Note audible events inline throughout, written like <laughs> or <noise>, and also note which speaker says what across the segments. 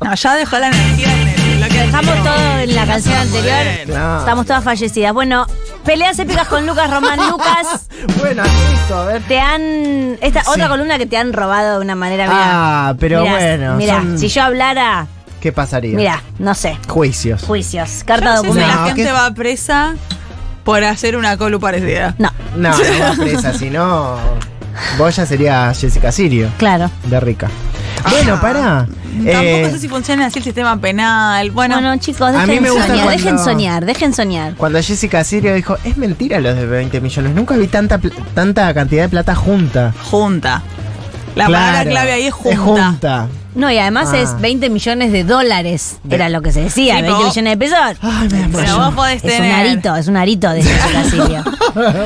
Speaker 1: No, ya dejó la energía en el bloque
Speaker 2: Dejamos
Speaker 1: anterior.
Speaker 2: todo en la canción
Speaker 1: Bien.
Speaker 2: anterior.
Speaker 3: Claro.
Speaker 2: Estamos todas fallecidas. Bueno, peleas épicas con Lucas Román.
Speaker 1: <laughs>
Speaker 2: Lucas,
Speaker 3: <laughs> Bueno, listo, a ver.
Speaker 2: te han. Esta otra columna que te han robado de una manera. mirá.
Speaker 3: Ah, pero
Speaker 2: Mirá,
Speaker 3: bueno,
Speaker 2: Mirá,
Speaker 3: son-
Speaker 2: si yo hablara.
Speaker 3: ¿Qué pasaría?
Speaker 2: Mirá, no sé.
Speaker 3: Juicios.
Speaker 2: Juicios,
Speaker 1: Yo
Speaker 2: carta
Speaker 1: no sé si
Speaker 2: documental.
Speaker 1: la
Speaker 3: No,
Speaker 1: gente
Speaker 3: ¿qué?
Speaker 1: va presa por hacer una colu parecida.
Speaker 2: No,
Speaker 3: No, no va presa, si no. Vos ya sería Jessica Sirio,
Speaker 2: claro.
Speaker 3: de rica. Bueno, pará. Eh,
Speaker 1: Tampoco sé si funciona así el sistema penal. Bueno,
Speaker 2: Bueno, chicos,
Speaker 3: a mí
Speaker 2: dejen
Speaker 3: me gusta
Speaker 2: soñar,
Speaker 3: cuando-
Speaker 2: dejen soñar, dejen soñar.
Speaker 3: Cuando Jessica Sirio dijo, es mentira los de 20 millones, nunca vi tanta, pl- tanta cantidad de plata junta.
Speaker 1: junta. La palabra
Speaker 3: Claro,
Speaker 1: clave ahí es junta.
Speaker 3: Es junta.
Speaker 2: No, y además
Speaker 3: Ah.
Speaker 2: es 20 millones de dólares,
Speaker 3: De-
Speaker 2: era lo que se decía,
Speaker 1: Sí,
Speaker 2: 20
Speaker 1: pero-
Speaker 2: millones de pesos.
Speaker 3: Ay, me
Speaker 1: Pero
Speaker 3: desmayo. <laughs>
Speaker 1: vos podés
Speaker 2: Es un
Speaker 1: tener.
Speaker 2: arito, es un arito de
Speaker 1: <laughs>
Speaker 2: Casilio.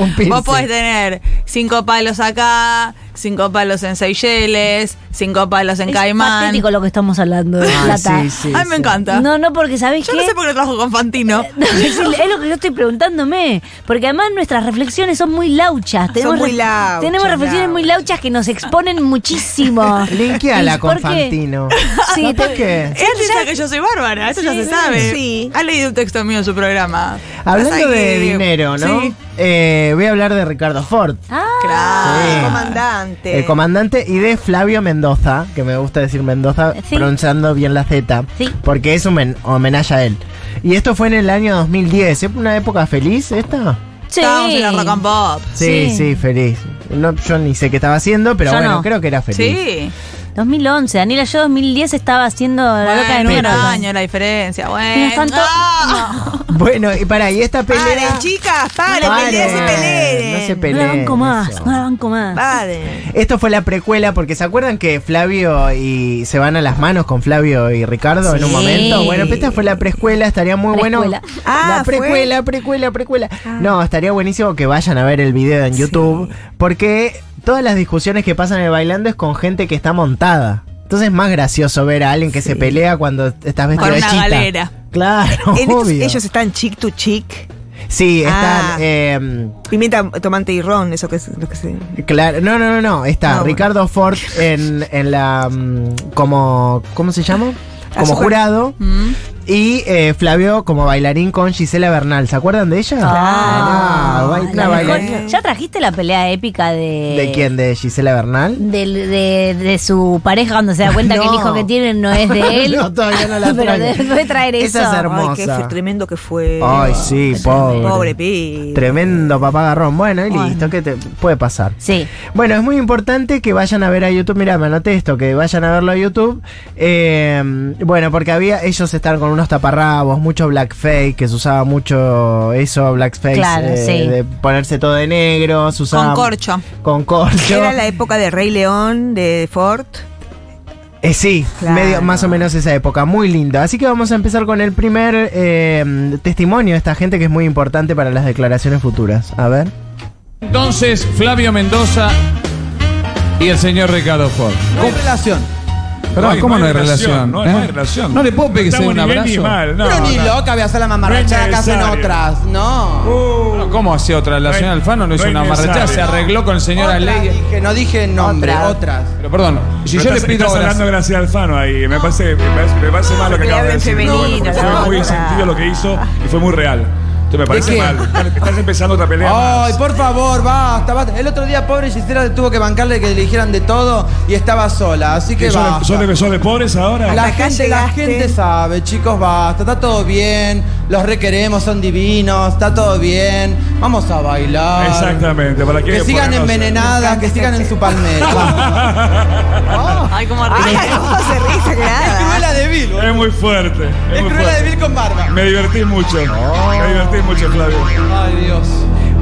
Speaker 3: Un piercing.
Speaker 1: Vos podés tener cinco palos acá, cinco palos en Seychelles, cinco palos en
Speaker 2: es
Speaker 1: Caimán.
Speaker 2: patético lo que estamos hablando de
Speaker 3: Ah,
Speaker 2: plata.
Speaker 3: sí, sí,
Speaker 1: Ay, me
Speaker 3: sí.
Speaker 1: encanta.
Speaker 2: No, no, porque sabés
Speaker 1: Yo
Speaker 2: qué? Eh,
Speaker 1: no sé por qué trabajo con Fantino.
Speaker 2: <laughs> No, es es lo que yo estoy preguntándome. Porque además nuestras reflexiones son muy lauchas. Tenemos
Speaker 4: muy
Speaker 2: ref-
Speaker 4: lauchas,
Speaker 2: Tenemos reflexiones muy lauchas que nos exponen muchísimo.
Speaker 1: <laughs>
Speaker 3: Linkeala
Speaker 2: ¿Y
Speaker 3: con
Speaker 2: por qué?
Speaker 3: Fantino.
Speaker 2: Sí,
Speaker 3: ¿No? ¿Por
Speaker 2: te-
Speaker 3: qué? <laughs>
Speaker 1: Él piensa que yo soy bárbara, eso ya
Speaker 4: Sí,
Speaker 1: se sabe.
Speaker 4: sí.
Speaker 1: Ha leído un texto mío en su programa. Pasa
Speaker 3: Hablando
Speaker 1: que-
Speaker 3: de dinero, ¿no?
Speaker 1: Sí,
Speaker 3: Eh, voy a hablar de Ricardo Ford.
Speaker 2: Ah,
Speaker 1: claro.
Speaker 4: El comandante.
Speaker 3: El
Speaker 2: Este,
Speaker 3: comandante y de Flavio Mendoza, que me gusta decir Mendoza
Speaker 2: Sí.
Speaker 3: pronunciando bien la Z,
Speaker 2: Sí.
Speaker 3: porque es un men- homenaje a él. Y esto fue en el año 2010, ¿es una época feliz esta?
Speaker 2: sí.
Speaker 1: Estábamos en la rock and pop.
Speaker 3: Sí,
Speaker 2: Sí.
Speaker 3: sí, feliz. No, yo ni sé qué estaba haciendo, pero
Speaker 2: Yo
Speaker 3: bueno,
Speaker 2: no.
Speaker 3: creo que era feliz.
Speaker 1: Sí.
Speaker 2: 2011, Daniela, yo 2010 estaba haciendo la loca de
Speaker 1: Bueno, un
Speaker 2: mierda.
Speaker 1: año la diferencia. Bueno.
Speaker 2: Mientras tanto-
Speaker 1: Ah.
Speaker 3: Bueno, y para, y
Speaker 2: Ah,
Speaker 3: esta pelea...
Speaker 4: Paren, chicas, paren,
Speaker 3: Paren,
Speaker 4: peleen, se peleen.
Speaker 3: no se
Speaker 2: No la
Speaker 3: peleen,
Speaker 2: banco más,
Speaker 3: eso.
Speaker 2: no la banco más.
Speaker 4: Paren.
Speaker 3: Esto fue la precuela, porque ¿se acuerdan que Flavio y se van a las manos con Flavio y Ricardo en un
Speaker 2: Sí.
Speaker 3: momento? Bueno, pero esta fue la precuela, estaría muy
Speaker 2: Preescuela.
Speaker 3: bueno.
Speaker 4: Ah,
Speaker 3: la
Speaker 4: fue.
Speaker 3: precuela, precuela, precuela. No, estaría buenísimo que vayan a ver el video en YouTube, porque todas las discusiones que pasan en el bailando es con gente que está montada. Entonces es más gracioso ver a alguien que se pelea cuando estás vestido
Speaker 1: Con
Speaker 3: de
Speaker 1: una
Speaker 3: chita.
Speaker 1: galera.
Speaker 3: Claro, <laughs>
Speaker 4: En estos-
Speaker 3: obvio.
Speaker 4: ellos están chic to chic.
Speaker 3: Sí, están.
Speaker 4: Ah.
Speaker 3: em,
Speaker 4: Pimienta, tomate y ron, eso que es lo que se.
Speaker 3: Claro, no, no, no, no. Está
Speaker 4: Ah, bueno.
Speaker 3: Ricardo Ford en, en la. mm, como. ¿Cómo se llama? Como
Speaker 4: Azúcar.
Speaker 3: jurado.
Speaker 1: Mm.
Speaker 3: Y eh, Flavio como bailarín con Gisela Bernal. ¿Se acuerdan de ella? Ah,
Speaker 2: la
Speaker 3: bail- una
Speaker 2: mejor.
Speaker 3: bailarina.
Speaker 2: ¿Ya trajiste la pelea épica de.
Speaker 3: ¿De quién? ¿De Gisela Bernal?
Speaker 2: del- de, de su pareja cuando se da cuenta que el
Speaker 3: No.
Speaker 2: hijo que tiene no es de él.
Speaker 3: <laughs> No, todavía no la
Speaker 2: <laughs> Pero
Speaker 3: traje.
Speaker 2: debe- debe traer
Speaker 3: Esa
Speaker 2: eso.
Speaker 3: es
Speaker 4: Ay, qué
Speaker 3: hermosa.
Speaker 4: fe- tremendo que fue.
Speaker 3: Ay, sí, pobre.
Speaker 4: Pobre pi.
Speaker 3: Tremendo papagarrón. Bueno, y
Speaker 1: Bueno.
Speaker 3: listo, ¿qué te puede pasar?
Speaker 2: Sí.
Speaker 3: Bueno, es muy importante que vayan a ver a YouTube. Mira, me anoté esto, que vayan a verlo a YouTube. Eh, bueno, porque había, ellos estaban con unos taparrabos, mucho blackface, que se usaba mucho eso, blackface,
Speaker 2: Claro,
Speaker 3: eh,
Speaker 2: sí.
Speaker 3: de ponerse todo de negro, se usaba
Speaker 1: Con corcho.
Speaker 3: Con corcho.
Speaker 4: Era la época de Rey León, de Ford.
Speaker 3: Eh, sí,
Speaker 4: Claro.
Speaker 3: medio, más o menos esa época, muy linda. Así que vamos a empezar con el primer eh, testimonio de esta gente que es muy importante para las declaraciones futuras. A ver.
Speaker 5: Entonces, Flavio Mendoza y el señor Ricardo Ford.
Speaker 6: No hay relación.
Speaker 5: Perdón,
Speaker 7: hay-
Speaker 5: ¿cómo no hay relación?
Speaker 7: No,
Speaker 5: eh?
Speaker 7: no hay relación.
Speaker 5: No le puedo pedir que sea
Speaker 7: Estamos
Speaker 5: un
Speaker 7: ni bien
Speaker 5: abrazo.
Speaker 7: Ni mal, no,
Speaker 6: Pero ni
Speaker 7: no.
Speaker 6: loca voy a hacer la mamarrachada
Speaker 7: No es
Speaker 6: que hacen
Speaker 7: necesario. Uh,
Speaker 6: otras. No.
Speaker 5: No, ¿Cómo hacía otra? La
Speaker 7: No hay-
Speaker 5: señora Alfano no
Speaker 7: no
Speaker 5: hizo
Speaker 7: hay
Speaker 5: una marrachada,
Speaker 7: necesario.
Speaker 5: se arregló con el señor
Speaker 6: Otras
Speaker 5: Aley.
Speaker 6: dije, no dije nombre,
Speaker 4: <laughs>
Speaker 6: otras.
Speaker 5: Pero perdón, si
Speaker 7: Pero
Speaker 5: yo le
Speaker 7: estás,
Speaker 5: pido
Speaker 7: estás
Speaker 5: abrazo.
Speaker 7: hablando de Graciela Alfano ahí. Me parece, me parece, me parece mal lo que
Speaker 4: Que le
Speaker 7: acabas
Speaker 4: hablen
Speaker 7: de decir.
Speaker 4: femenino,
Speaker 7: porque
Speaker 4: la
Speaker 7: fue muy
Speaker 4: otra.
Speaker 7: sentido lo que hizo y fue muy real. Entonces me parece
Speaker 6: qué?
Speaker 7: mal. Estás empezando otra pelea.
Speaker 6: Ay,
Speaker 7: más.
Speaker 6: por favor, basta, basta. El otro día, pobre Gisela tuvo que bancarle que le dijeran de todo y estaba sola, así que
Speaker 7: ¿Sos de-
Speaker 6: basta.
Speaker 7: ¿Sos de, sos de pobres ahora?
Speaker 6: La
Speaker 4: Hasta acá
Speaker 6: gente, la
Speaker 4: llegaste.
Speaker 6: gente sabe, chicos, basta, está todo bien, los requeremos, son divinos, está todo bien, vamos a bailar.
Speaker 7: Exactamente. ¿Para qué
Speaker 6: Que sigan
Speaker 7: ponernos-
Speaker 6: envenenadas, que sigan en su palmera. Vamos.
Speaker 1: Ay, cómo
Speaker 4: Ay,
Speaker 1: ríe. <laughs>
Speaker 4: cómo se ríe esa
Speaker 6: <laughs> Es
Speaker 3: <laughs>
Speaker 4: cagada.
Speaker 6: Cruella de Vil, boludo.
Speaker 7: Es muy fuerte. Es <laughs>
Speaker 6: Es
Speaker 7: muy
Speaker 6: Cruella de Vil
Speaker 7: fuerte.
Speaker 6: con barba.
Speaker 7: Me divertí mucho. Me divertí mucho, Flavio.
Speaker 6: Ay, Dios.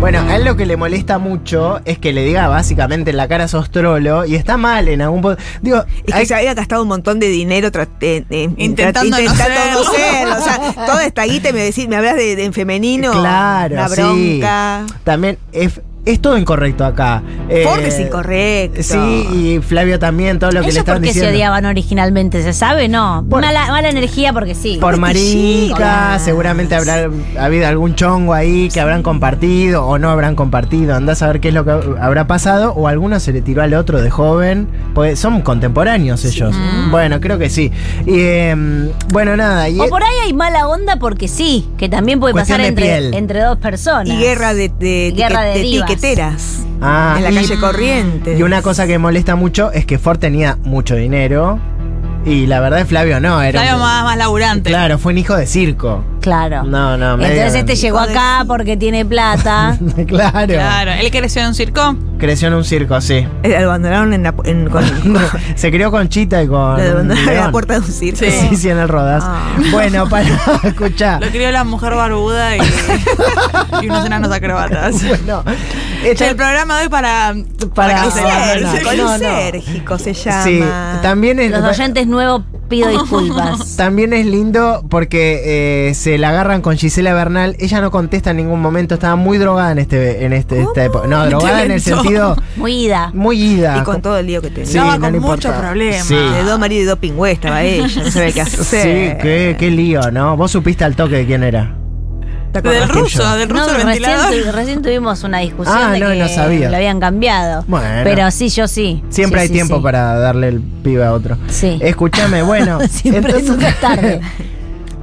Speaker 3: Bueno, a él lo que le molesta mucho es que le diga básicamente en la cara sos trolo y está mal en algún punto. Digo,
Speaker 4: Es que
Speaker 3: hay-
Speaker 4: se había gastado un montón de dinero tra- eh, eh,
Speaker 1: Intentando
Speaker 4: tra-
Speaker 1: no
Speaker 4: intentando no
Speaker 1: ser.
Speaker 4: ser. O sea, toda esta guita y me decís, me hablas de, de en femenino.
Speaker 3: claro,
Speaker 4: Una
Speaker 3: sí.
Speaker 4: bronca.
Speaker 3: También es es todo incorrecto acá. Eh,
Speaker 4: Ford es incorrecto.
Speaker 3: Sí, y Flavio también, todo lo que le
Speaker 2: ¿Ellos
Speaker 3: estaban
Speaker 2: por qué
Speaker 3: diciendo.
Speaker 2: se odiaban originalmente? ¿Se sabe? No.
Speaker 3: Por-
Speaker 2: mala, mala energía porque sí.
Speaker 3: Por marica,
Speaker 2: Claro.
Speaker 3: seguramente habrá habido algún chongo ahí que habrán compartido o no habrán compartido. Andás a ver qué es lo que habrá pasado. O alguno se le tiró al otro de joven. Pues son contemporáneos ellos. Bueno, creo que sí. Y, em, bueno, nada. Y,
Speaker 2: O por ahí hay mala onda porque sí, que también puede
Speaker 3: Cuestión
Speaker 2: pasar
Speaker 3: de piel.
Speaker 2: entre, entre dos personas.
Speaker 4: Y guerra de, de,
Speaker 2: Guerra
Speaker 4: tique-
Speaker 2: de
Speaker 4: de
Speaker 2: divas.
Speaker 4: tiqueteras.
Speaker 3: Ah,
Speaker 4: en la
Speaker 3: y-
Speaker 4: calle Corrientes.
Speaker 3: eh, y una cosa que molesta mucho es que Ford tenía mucho dinero. Y la verdad, Flavio no. Era
Speaker 1: Flavio
Speaker 3: un-
Speaker 1: más, más laburante.
Speaker 3: Claro, fue un hijo de circo. <laughs>
Speaker 2: Claro.
Speaker 3: No, no, medio-
Speaker 2: Entonces este llegó
Speaker 4: Hijo de
Speaker 2: acá
Speaker 4: sí.
Speaker 2: porque tiene
Speaker 3: <laughs>
Speaker 2: plata.
Speaker 3: claro.
Speaker 1: Claro. Él creció en un circo.
Speaker 3: Creció en un circo, sí.
Speaker 4: Eh, Lo abandonaron en la,
Speaker 3: <laughs>
Speaker 4: en- con-
Speaker 3: Se crió con Chita y con.
Speaker 4: lo abandonaron en la <laughs>
Speaker 3: León.
Speaker 4: puerta de un circo.
Speaker 1: Sí.
Speaker 3: Sí, sí, en el Rodas.
Speaker 4: Ah.
Speaker 3: Bueno, para <laughs> escuchar.
Speaker 1: Lo crió la mujer barbuda y, y unos enanos acrobatas.
Speaker 3: <laughs> Bueno,
Speaker 1: Che, el
Speaker 3: esto-
Speaker 1: programa de hoy para.
Speaker 3: Para-
Speaker 1: que
Speaker 3: No,
Speaker 1: se-
Speaker 3: no, no,
Speaker 4: Lisérgico,
Speaker 3: no, no.
Speaker 4: lisérgico se llama.
Speaker 3: sí, también es,
Speaker 2: Los oyentes nuevos
Speaker 3: <laughs>
Speaker 2: pido disculpas.
Speaker 3: también es lindo porque eh, se la agarran con Gisela Bernal. Ella no contesta en ningún momento, estaba muy drogada en este en este, esta época. No, drogada en el
Speaker 1: Tremendo.
Speaker 3: sentido
Speaker 2: Muy ida.
Speaker 3: muy ida.
Speaker 4: Y con todo el lío que tenía.
Speaker 3: Sí,
Speaker 1: Estaba
Speaker 3: no
Speaker 1: con
Speaker 3: le
Speaker 1: muchos
Speaker 3: importaba.
Speaker 1: problemas.
Speaker 3: Sí.
Speaker 4: De dos maridos y dos
Speaker 3: <laughs>
Speaker 4: pingües estaba ella, no sabía qué hacer.
Speaker 3: Sí, qué, qué lío, ¿no? Vos supiste al toque de quién era.
Speaker 4: ¿Te acordás?
Speaker 1: Del ruso, del ruso
Speaker 2: No,
Speaker 1: del
Speaker 2: recién,
Speaker 1: ventilador.
Speaker 2: tu- recién tuvimos una discusión
Speaker 3: Ah,
Speaker 2: de
Speaker 3: no,
Speaker 2: que
Speaker 3: no sabía.
Speaker 2: lo habían cambiado.
Speaker 3: Bueno.
Speaker 2: Pero sí, yo sí.
Speaker 3: Siempre
Speaker 2: Sí,
Speaker 3: hay
Speaker 2: sí,
Speaker 3: tiempo
Speaker 2: sí. <laughs>
Speaker 3: para darle el pibe a otro.
Speaker 2: Sí.
Speaker 3: Escúchame, bueno.
Speaker 2: <laughs> Siempre
Speaker 3: entonces-
Speaker 2: nunca es
Speaker 3: <laughs>
Speaker 2: tarde.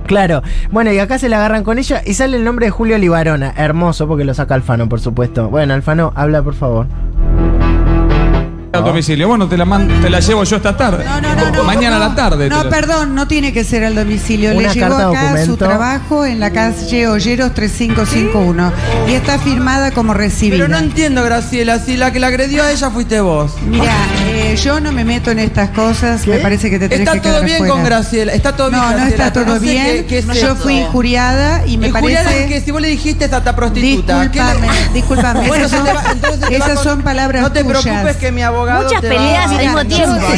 Speaker 3: Claro. Bueno, y acá se la agarran con ella y sale el nombre de Julio Libarona. Hermoso, porque lo saca Alfano, por supuesto. Bueno, Alfano, habla, por favor.
Speaker 5: A domicilio. Bueno, te la, man- te la llevo yo esta tarde.
Speaker 8: No, no, no, no.
Speaker 5: Mañana a la tarde.
Speaker 8: No,
Speaker 5: te la-
Speaker 8: perdón, no tiene que ser al domicilio.
Speaker 3: Una
Speaker 8: Le llegó
Speaker 3: carta
Speaker 8: acá
Speaker 3: documento.
Speaker 8: su trabajo en la calle Olleros 3551 y está firmada como recibida.
Speaker 6: Pero no entiendo, Graciela, si la que la agredió a ella fuiste vos.
Speaker 8: Mira, eh, yo no me meto en estas cosas, me parece que te tenés
Speaker 6: Está
Speaker 8: que
Speaker 6: todo
Speaker 8: quedar
Speaker 6: bien
Speaker 8: afuera.
Speaker 6: con Graciela, está todo bien.
Speaker 8: No, no
Speaker 6: Graciela,
Speaker 8: está todo
Speaker 6: no sé
Speaker 8: bien.
Speaker 6: qué- qué es
Speaker 8: yo
Speaker 6: esto.
Speaker 8: fui injuriada y me
Speaker 6: Injuriada
Speaker 8: parece
Speaker 6: es que si vos le dijiste esta, esta prostituta. ¿qué le-
Speaker 8: Disculpame, disculpame.
Speaker 6: <laughs> Bueno,
Speaker 8: esas
Speaker 6: se
Speaker 8: son,
Speaker 6: te va- entonces te va
Speaker 8: esas
Speaker 6: con-
Speaker 8: son palabras
Speaker 6: No te
Speaker 8: tuyas.
Speaker 6: preocupes que mi abogado
Speaker 2: Muchas
Speaker 6: te va-
Speaker 2: peleas al
Speaker 8: Mira,
Speaker 2: mismo
Speaker 8: yo
Speaker 2: tiempo,
Speaker 8: sí,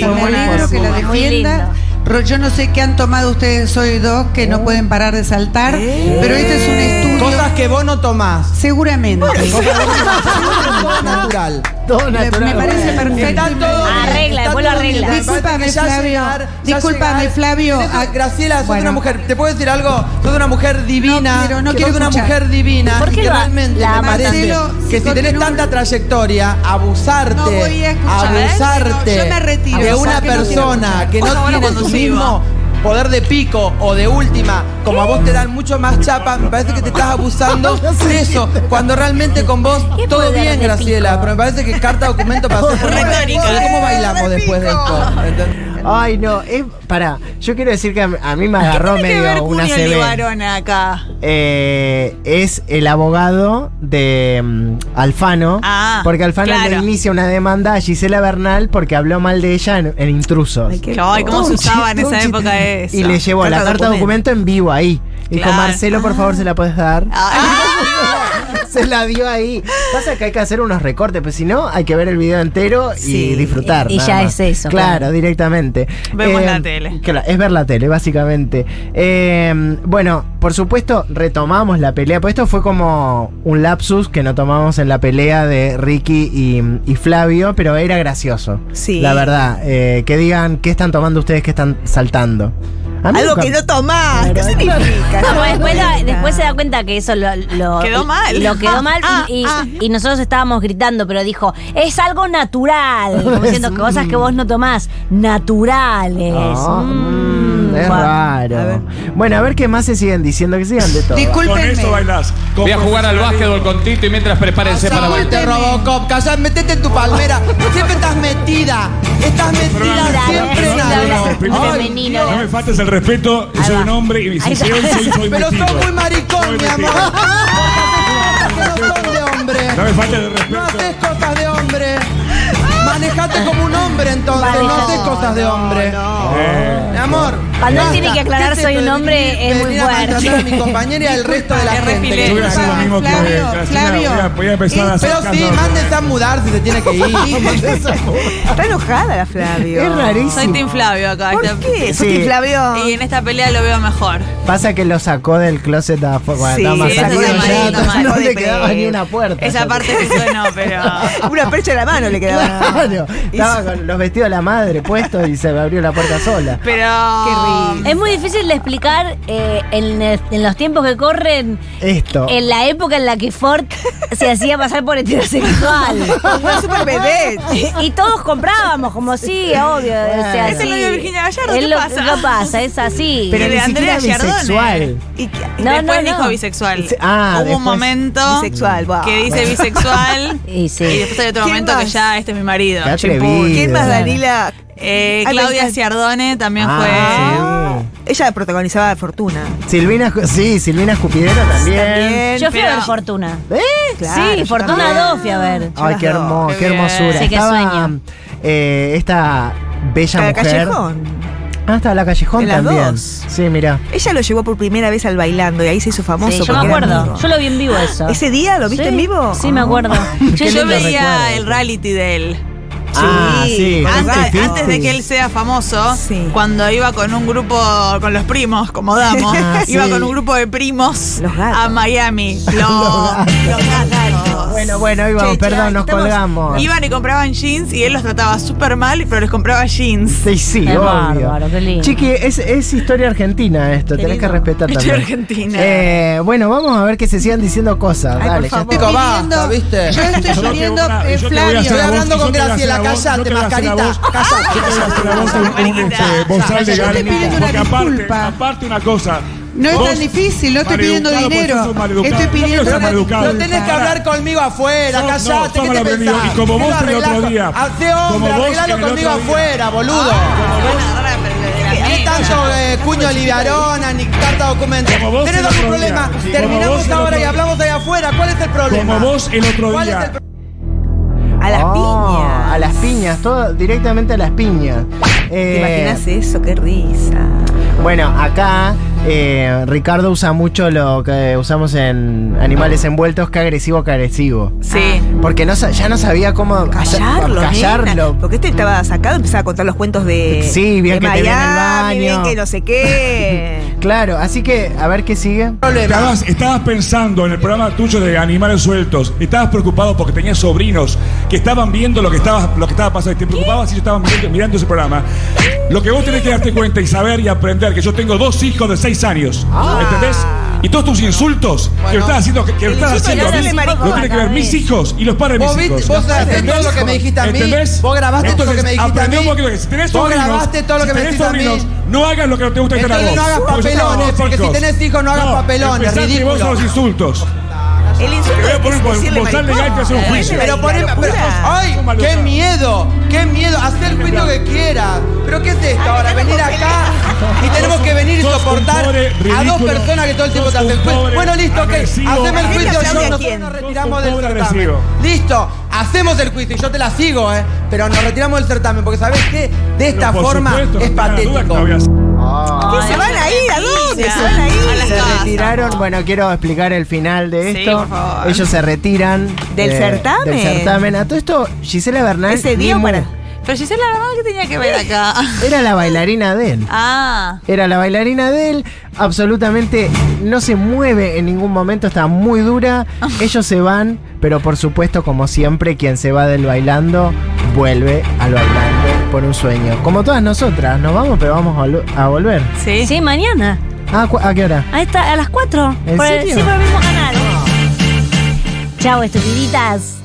Speaker 2: ¿no?
Speaker 8: yo me alegro que la
Speaker 2: Muy
Speaker 8: defienda. Ro- Yo no sé qué han tomado ustedes hoy dos que
Speaker 4: Oh.
Speaker 8: no pueden parar de saltar,
Speaker 4: Eh.
Speaker 8: pero este es un estudio.
Speaker 6: Cosas que vos no tomás.
Speaker 8: Seguramente.
Speaker 6: Todo natural.
Speaker 3: Todo
Speaker 8: Me,
Speaker 3: natural.
Speaker 8: me parece perfecto.
Speaker 6: Está todo bien,
Speaker 2: Arregla,
Speaker 6: está
Speaker 2: después lo
Speaker 6: todo bien.
Speaker 2: arregla.
Speaker 8: Discúlpame,
Speaker 6: Ya
Speaker 8: Flavio.
Speaker 6: llegar, ya
Speaker 8: Discúlpame,
Speaker 6: llegar.
Speaker 8: Flavio.
Speaker 6: Tenés-
Speaker 8: Ah,
Speaker 6: Graciela, sos
Speaker 8: bueno.
Speaker 6: una mujer. ¿Te puedo decir algo? Sos una mujer divina.
Speaker 8: quiero, no
Speaker 6: que
Speaker 8: quiero
Speaker 6: Sos una
Speaker 8: escuchar.
Speaker 6: mujer divina.
Speaker 2: ¿Por qué
Speaker 6: y que
Speaker 2: lo ha-
Speaker 6: realmente
Speaker 2: la
Speaker 6: me parece
Speaker 8: Marcelo,
Speaker 6: que si
Speaker 8: continúa.
Speaker 6: tenés tanta trayectoria, abusarte,
Speaker 8: No voy a escuchar,
Speaker 6: abusarte
Speaker 8: ¿eh? Yo me retiro,
Speaker 6: de una
Speaker 8: porque no quiero
Speaker 6: persona
Speaker 8: escuchar.
Speaker 6: que
Speaker 1: Por
Speaker 6: no
Speaker 1: favor,
Speaker 6: tiene su
Speaker 1: conduciva.
Speaker 6: mismo poder de pico o de última, como a vos te dan mucho más chapa, me parece que te estás abusando de eso, cuando realmente con vos
Speaker 2: ¿Qué
Speaker 6: todo
Speaker 2: poder
Speaker 6: bien,
Speaker 2: de
Speaker 6: Graciela,
Speaker 2: pico?
Speaker 6: pero me parece que carta documento pasó
Speaker 2: <laughs>
Speaker 6: por
Speaker 1: Retórica.
Speaker 6: ¿Cómo bailamos después de esto? ¿Entendés?
Speaker 3: Ay, no. Es, pará, yo quiero decir que a, a mí me agarró
Speaker 1: ¿Qué tiene que ver
Speaker 3: medio una
Speaker 1: Julio
Speaker 3: CB.
Speaker 1: Libarona acá?
Speaker 3: Eh, es el abogado de mm, Alfano.
Speaker 1: Ah,
Speaker 3: porque Alfano le
Speaker 1: claro.
Speaker 3: inicia una demanda a Gisela Bernal porque habló mal de ella en, en intrusos.
Speaker 4: Ay, qué-
Speaker 1: Ay, cómo
Speaker 3: Todo
Speaker 1: se
Speaker 3: un
Speaker 1: usaba en
Speaker 3: chiste, todo
Speaker 1: esa
Speaker 3: un
Speaker 1: época
Speaker 3: chiste.
Speaker 1: eso.
Speaker 3: Y le llevó la
Speaker 4: Carta
Speaker 3: carta documento
Speaker 4: documento
Speaker 3: en vivo ahí. Dijo,
Speaker 1: Claro.
Speaker 3: Marcelo, por favor, se la puedes dar.
Speaker 1: Ah,
Speaker 3: <laughs> Se la dio ahí. Pasa que hay que hacer unos recortes, pues si no, hay que ver el video entero y
Speaker 4: Sí.
Speaker 3: disfrutar.
Speaker 2: Y
Speaker 3: nada
Speaker 2: ya
Speaker 3: más.
Speaker 2: es eso,
Speaker 3: Claro,
Speaker 2: claro.
Speaker 3: directamente. Eh,
Speaker 1: Vemos la tele.
Speaker 3: claro, es ver la tele, básicamente. Eh, bueno, por supuesto, retomamos la pelea. Pues esto fue como un lapsus que no tomamos en la pelea de Ricky y, y Flavio, pero era gracioso.
Speaker 4: Sí.
Speaker 3: La verdad. Eh, que digan qué están tomando ustedes, qué están saltando. A mí
Speaker 4: Algo
Speaker 3: nunca- <laughs>
Speaker 4: que no tomás. <laughs>
Speaker 2: <laughs>
Speaker 4: ¿Qué significa?
Speaker 2: Como después, lo- después se da cuenta que eso lo, lo-
Speaker 1: Quedó mal.
Speaker 2: Lo quedó mal y-
Speaker 1: Ah,
Speaker 2: y,
Speaker 1: ah.
Speaker 2: y nosotros estábamos gritando, pero dijo, es algo
Speaker 3: <laughs>
Speaker 2: natural. Como diciendo cosas que vos no tomás, naturales.
Speaker 3: Ah,
Speaker 2: Mm,
Speaker 3: mm, es
Speaker 2: bueno.
Speaker 3: raro.
Speaker 4: a ver.
Speaker 3: Bueno, a ver qué más se siguen diciendo, que sigan de todo.
Speaker 7: Con
Speaker 8: Discúlpenme.
Speaker 7: eso bailás. Con
Speaker 5: Voy a jugar al
Speaker 7: profesionalismo.
Speaker 5: básquetbol con Tito y mientras prepárense para bailar.
Speaker 6: Te Robocop, callá, metete en tu palmera. Siempre estás metida. Estás metida
Speaker 2: Programa.
Speaker 6: siempre en
Speaker 2: Programa.
Speaker 6: algo.
Speaker 7: No,
Speaker 2: Femenino,
Speaker 7: Ay,
Speaker 2: femenino,
Speaker 7: Dios, No
Speaker 2: era.
Speaker 7: me faltes el respeto,
Speaker 2: Ahí
Speaker 7: soy
Speaker 2: va.
Speaker 7: un hombre y si
Speaker 2: Ahí
Speaker 7: soy
Speaker 2: va.
Speaker 7: soy- soy
Speaker 6: Pero
Speaker 7: metido.
Speaker 6: sos muy maricón,
Speaker 7: Soy
Speaker 6: mi
Speaker 7: metido.
Speaker 6: amor. No sos de hombre.
Speaker 7: No me faltes el
Speaker 6: No haces
Speaker 7: respeto.
Speaker 6: cosas de hombre. Manejate como un hombre entonces. No haces cosas de hombre.
Speaker 7: Eh,
Speaker 6: Mi amor.
Speaker 2: Cuando él
Speaker 6: Basta.
Speaker 2: tiene que aclarar
Speaker 6: ¿Qué es
Speaker 2: soy
Speaker 6: esto
Speaker 2: un
Speaker 6: de
Speaker 2: hombre
Speaker 6: venir-
Speaker 2: es
Speaker 6: de
Speaker 2: muy
Speaker 6: venir a maltratar
Speaker 2: fuerte.
Speaker 6: A mi compañera y al resto de la
Speaker 1: Es
Speaker 6: gente.
Speaker 1: refilero.
Speaker 7: Yo voy a hacer lo mismo que
Speaker 8: Flavio,
Speaker 7: Cristina,
Speaker 8: Flavio.
Speaker 7: voy a- voy a empezar a hacer
Speaker 6: Pero sí,
Speaker 7: caso.
Speaker 6: <laughs> mándense a mudar si se tiene <laughs> que ir.
Speaker 4: Está enojada la Flavio.
Speaker 3: Es rarísimo.
Speaker 1: Soy Team Flavio acá.
Speaker 4: ¿Por
Speaker 1: Está-
Speaker 4: qué? ¿Sos
Speaker 3: Sí.
Speaker 4: Team Flavio?
Speaker 1: Y en esta pelea lo veo mejor.
Speaker 3: Pasa que lo sacó del closet a cuando
Speaker 4: Sí,
Speaker 3: estaba más
Speaker 1: eso está
Speaker 3: sacudido,
Speaker 1: mal,
Speaker 3: ya
Speaker 1: está
Speaker 3: <laughs>
Speaker 1: mal.
Speaker 3: No
Speaker 4: Sacó
Speaker 3: le
Speaker 4: de
Speaker 3: quedaba
Speaker 4: pre-
Speaker 3: ni una puerta. <laughs>
Speaker 1: Esa parte que suena, pero.
Speaker 4: <laughs> Una percha en la mano le quedaba.
Speaker 3: Claro, estaba
Speaker 4: Hizo-
Speaker 3: con los vestidos de la madre puestos y se me abrió la puerta sola.
Speaker 1: Pero.
Speaker 4: Qué
Speaker 2: Es muy difícil de explicar eh, en, el- en los tiempos que corren,
Speaker 3: Esto.
Speaker 2: en la época en la que Ford se hacía pasar por heterosexual.
Speaker 4: Una super bebé.
Speaker 2: <laughs> Y todos comprábamos, como sí, obvio. o sea,
Speaker 1: Es el
Speaker 2: sí.
Speaker 1: novio de Virginia Gallardo, ¿qué
Speaker 2: Es lo-
Speaker 1: pasa?
Speaker 2: ¿Qué pasa? Es así.
Speaker 3: pero
Speaker 1: y
Speaker 3: ni
Speaker 1: de
Speaker 3: siquiera
Speaker 1: Andrea Giardone.
Speaker 3: bisexual.
Speaker 4: Y que-
Speaker 2: No,
Speaker 1: después
Speaker 2: no, no.
Speaker 1: dijo bisexual.
Speaker 3: Sí, ah,
Speaker 1: Hubo
Speaker 3: después-
Speaker 1: un momento
Speaker 4: Bisexual, va.
Speaker 1: que dice bisexual.
Speaker 2: Y <laughs> sí.
Speaker 1: Y después hay otro
Speaker 4: ¿Quién
Speaker 1: momento que
Speaker 4: más?
Speaker 1: ya este es mi marido.
Speaker 3: Qué
Speaker 1: Chimpún.
Speaker 3: atrevido.
Speaker 4: ¿Quién más, Danila?
Speaker 1: Eh,
Speaker 4: Ay, me
Speaker 1: Claudia
Speaker 4: encanta.
Speaker 1: Ciardone también
Speaker 3: Ah,
Speaker 4: Ella protagonizaba Fortuna.
Speaker 3: sí. Silvina, Escu- sí, Silvina Escupidera también.
Speaker 4: También.
Speaker 2: yo fui a
Speaker 1: pero-
Speaker 2: ver Fortuna.
Speaker 3: ¿Eh?
Speaker 4: Claro,
Speaker 2: sí,
Speaker 4: yo
Speaker 2: Fortuna
Speaker 4: también.
Speaker 2: 2 fui a ver.
Speaker 3: Ay, qué,
Speaker 4: Las dos.
Speaker 3: hermoso, qué,
Speaker 1: Qué bien.
Speaker 3: hermosura.
Speaker 2: Sí, qué
Speaker 3: Estaba
Speaker 2: sueño.
Speaker 3: eh, esta bella
Speaker 4: Cada
Speaker 3: mujer.
Speaker 4: callejón.
Speaker 3: Ah, estaba la Callejón
Speaker 4: En las
Speaker 3: también.
Speaker 4: dos.
Speaker 3: Sí, mira.
Speaker 4: Ella lo llevó por primera vez al bailando y ahí se hizo famoso.
Speaker 2: Sí, yo me
Speaker 4: porque era
Speaker 2: acuerdo.
Speaker 4: amigo.
Speaker 2: Yo lo vi en vivo eso.
Speaker 4: ¿Ese día lo viste
Speaker 2: Sí,
Speaker 4: en vivo?
Speaker 2: Sí, me
Speaker 4: <laughs>
Speaker 2: acuerdo.
Speaker 3: Qué
Speaker 1: fue. Yo
Speaker 3: lindo
Speaker 1: veía
Speaker 3: recuerdo.
Speaker 1: el reality de él.
Speaker 3: Ah, sí.
Speaker 1: Antes,
Speaker 3: 50-50.
Speaker 1: antes de que él sea famoso,
Speaker 4: Sí.
Speaker 1: cuando iba con un grupo, con los primos, como damos,
Speaker 3: Ah,
Speaker 1: <laughs> iba
Speaker 3: sí.
Speaker 1: con un grupo de primos
Speaker 4: Los gatos.
Speaker 1: a Miami. Los, los gatos.
Speaker 3: Bueno, bueno, íbamos,
Speaker 4: Che,
Speaker 3: perdón,
Speaker 4: che,
Speaker 3: nos
Speaker 4: estamos-
Speaker 3: colgamos.
Speaker 1: Iban y compraban jeans y él los trataba súper mal, pero les compraba jeans.
Speaker 3: Sí, sí,
Speaker 2: Qué
Speaker 3: obvio.
Speaker 2: bárbaro, qué lindo.
Speaker 3: Chiqui, es, es historia argentina esto, tenés que respetar
Speaker 1: Historia
Speaker 3: también.
Speaker 1: argentina.
Speaker 3: Eh, bueno, vamos a ver que se sigan diciendo cosas.
Speaker 4: Ay,
Speaker 3: Dale,
Speaker 4: por
Speaker 3: ya
Speaker 4: favor.
Speaker 6: Chico, basta, ¿viste?
Speaker 8: yo estoy
Speaker 7: Yo te
Speaker 8: lloriendo,
Speaker 7: voy a-
Speaker 8: eh,
Speaker 7: yo te voy a
Speaker 8: Flavio.
Speaker 7: hacer
Speaker 6: Estoy
Speaker 7: la voz,
Speaker 6: hablando
Speaker 7: yo
Speaker 6: con
Speaker 7: te voy a hacer
Speaker 6: Graciela,
Speaker 7: la voz, yo
Speaker 6: cállate,
Speaker 7: te voy a hacer la
Speaker 6: mascarita.
Speaker 7: voz.
Speaker 6: Cállate.
Speaker 7: La voz con un, este, bozal de
Speaker 8: Yo te pido
Speaker 7: garganta.
Speaker 8: una
Speaker 7: Porque aparte,
Speaker 8: disculpa.
Speaker 7: aparte una cosa.
Speaker 8: No es
Speaker 7: vos-
Speaker 8: tan difícil, no estoy pidiendo
Speaker 7: maleducado, porque
Speaker 8: dinero.
Speaker 7: sos maleducado.
Speaker 8: Estoy
Speaker 7: No quiero
Speaker 8: pidiendo
Speaker 7: ser
Speaker 8: una
Speaker 7: maleducado.
Speaker 6: No tenés que hablar conmigo afuera,
Speaker 7: No, no,
Speaker 6: callate,
Speaker 7: toma
Speaker 6: ¿qué
Speaker 7: la
Speaker 6: te
Speaker 7: aprendido.
Speaker 6: pensás?
Speaker 7: Y como vos
Speaker 6: ¿Qué lo
Speaker 7: el otro
Speaker 6: arreglás?
Speaker 7: día.
Speaker 6: Hacé
Speaker 7: Como
Speaker 6: hombre,
Speaker 7: vos
Speaker 6: arreglalo
Speaker 7: el otro
Speaker 6: conmigo
Speaker 7: día. Ah,
Speaker 6: afuera, boludo. Ni tanto eh, cuño liberona, ni carta documento.
Speaker 7: Como vos
Speaker 6: Tenés
Speaker 7: el
Speaker 6: algún
Speaker 7: otro día.
Speaker 6: problema.
Speaker 7: Sí, como vos
Speaker 6: Terminamos
Speaker 7: el
Speaker 6: ahora
Speaker 7: otro
Speaker 6: y
Speaker 7: día.
Speaker 6: hablamos ahí afuera. ¿Cuál es el problema?
Speaker 7: Como vos el otro
Speaker 6: ¿Cuál es
Speaker 7: día.
Speaker 6: el
Speaker 4: A las
Speaker 3: Oh,
Speaker 4: piñas.
Speaker 3: A las piñas, todo directamente a las piñas.
Speaker 4: ¿Te
Speaker 3: Eh,
Speaker 4: imaginas eso? ¡Qué risa!
Speaker 3: Bueno, acá eh, Ricardo usa mucho lo que usamos en animales envueltos, que agresivo, que agresivo.
Speaker 1: Sí.
Speaker 3: Porque no, sa- ya no sabía cómo
Speaker 4: Callarlo,
Speaker 3: callarlo.
Speaker 4: nena. Porque este estaba sacado, empezaba a contar los cuentos de.
Speaker 3: Sí, bien
Speaker 4: de
Speaker 3: que te ven en el
Speaker 4: Miami, bien
Speaker 3: baño.
Speaker 4: que no
Speaker 3: <laughs>
Speaker 4: sé qué.
Speaker 3: Claro, así que a ver qué sigue.
Speaker 6: problema?
Speaker 7: Estabas, estabas pensando en el programa tuyo de animales sueltos. Estabas preocupado porque tenías sobrinos que estaban viendo lo que estaba, lo que estaba pasando. Y te preocupabas si yo estaba mirando, mirando ese programa. Lo que vos tenés que darte cuenta y saber y aprender que yo tengo dos hijos de seis años.
Speaker 6: Ah.
Speaker 7: ¿Entendés? Y todos tus insultos que me estás haciendo, que, que me estás
Speaker 4: insulto
Speaker 7: haciendo a
Speaker 4: que
Speaker 7: mí,
Speaker 4: le hace maricón
Speaker 7: lo tienen que
Speaker 2: acá,
Speaker 7: ver mis
Speaker 2: ¿ves?
Speaker 7: hijos y los padres de
Speaker 6: Vos,
Speaker 7: mis
Speaker 6: viste-
Speaker 7: hijos.
Speaker 6: vos haces
Speaker 7: ¿Entendés?
Speaker 6: todo lo que me dijiste a mí.
Speaker 7: ¿Entendés?
Speaker 6: Vos grabaste todo lo
Speaker 7: Entonces,
Speaker 6: que me dijiste a
Speaker 7: aprendí
Speaker 6: mí.
Speaker 7: un poco que Si tenés
Speaker 6: Vos
Speaker 7: sobrinos,
Speaker 6: grabaste todo lo que
Speaker 7: si
Speaker 6: me
Speaker 7: tenés
Speaker 6: dijiste a mí.
Speaker 7: sobrinos, No hagas lo que no te gusta que hagan a vos.
Speaker 6: Entonces
Speaker 7: Pues
Speaker 6: no hagas
Speaker 7: Porque yo tengo
Speaker 6: papelones,
Speaker 7: dos
Speaker 6: porque si
Speaker 7: hijos.
Speaker 6: tenés hijos no hagas papelones,
Speaker 7: empezate
Speaker 6: ridículo.
Speaker 7: vos a los insultos.
Speaker 4: El insulto.
Speaker 7: Te voy a
Speaker 4: es
Speaker 7: poner por-
Speaker 4: decirle
Speaker 7: por sal
Speaker 4: maricón.
Speaker 7: legal que hacer un
Speaker 4: Eh,
Speaker 7: juicio.
Speaker 4: la-
Speaker 6: Pero
Speaker 4: la
Speaker 6: poneme. pero-
Speaker 4: locura.
Speaker 6: ¡Ay!
Speaker 7: Toma,
Speaker 6: ¡Qué
Speaker 7: Luca.
Speaker 6: miedo! ¡Qué miedo! Hacer el juicio que quieras. ¿Pero qué es esto ahora? Venir acá y tenemos que venir y
Speaker 7: Sos un
Speaker 6: soportar
Speaker 7: pobre
Speaker 6: a dos
Speaker 7: ridículo.
Speaker 6: personas que todo el tiempo te
Speaker 7: Sos un
Speaker 6: hacen el juicio.
Speaker 7: pobre
Speaker 6: Bueno, listo, ok.
Speaker 7: agresivo.
Speaker 6: Haceme el
Speaker 4: ¿A quién le
Speaker 6: juicio yo,
Speaker 4: aplaude a
Speaker 6: nosotros
Speaker 4: quién?
Speaker 6: nos
Speaker 4: Sos
Speaker 7: un
Speaker 6: retiramos del
Speaker 7: pobre
Speaker 6: certamen.
Speaker 7: agresivo.
Speaker 6: Listo, hacemos el juicio y yo te la sigo, ¿eh? Pero nos retiramos del certamen porque ¿sabés qué? De esta
Speaker 7: Por
Speaker 6: forma
Speaker 7: supuesto,
Speaker 6: es
Speaker 7: no tenga duda que
Speaker 6: patético.
Speaker 7: lo voy a hacer.
Speaker 3: Ah.
Speaker 4: ¿Qué se van a ir? ¿A dónde? Se van a
Speaker 1: A
Speaker 4: ir.
Speaker 1: las
Speaker 3: Se
Speaker 1: casas.
Speaker 3: retiraron, bueno, quiero explicar el final de
Speaker 1: Sí,
Speaker 3: esto.
Speaker 1: por favor.
Speaker 3: Ellos se retiran. eh,
Speaker 4: ¿Del certamen?
Speaker 3: Del certamen. A todo esto, Gisela Bernal.
Speaker 4: Ese día
Speaker 3: ni mu-
Speaker 4: para-
Speaker 1: Pero Gisela, la verdad que tenía que ver acá. <laughs>
Speaker 3: Era la bailarina de él.
Speaker 1: Ah.
Speaker 3: Era la bailarina de él, absolutamente no se mueve en ningún momento, está muy dura. Ellos se van, pero por supuesto, como siempre, quien se va del bailando vuelve al bailando por un sueño. Como todas nosotras, nos vamos, pero vamos a vol- a volver.
Speaker 1: Sí.
Speaker 2: Sí, mañana.
Speaker 3: Ah, ¿cu- ¿A qué hora?
Speaker 2: Ahí está, a las 4.
Speaker 3: ¿En
Speaker 2: por el,
Speaker 3: serio?
Speaker 2: sí, por el mismo canal. Chao, estupiditas.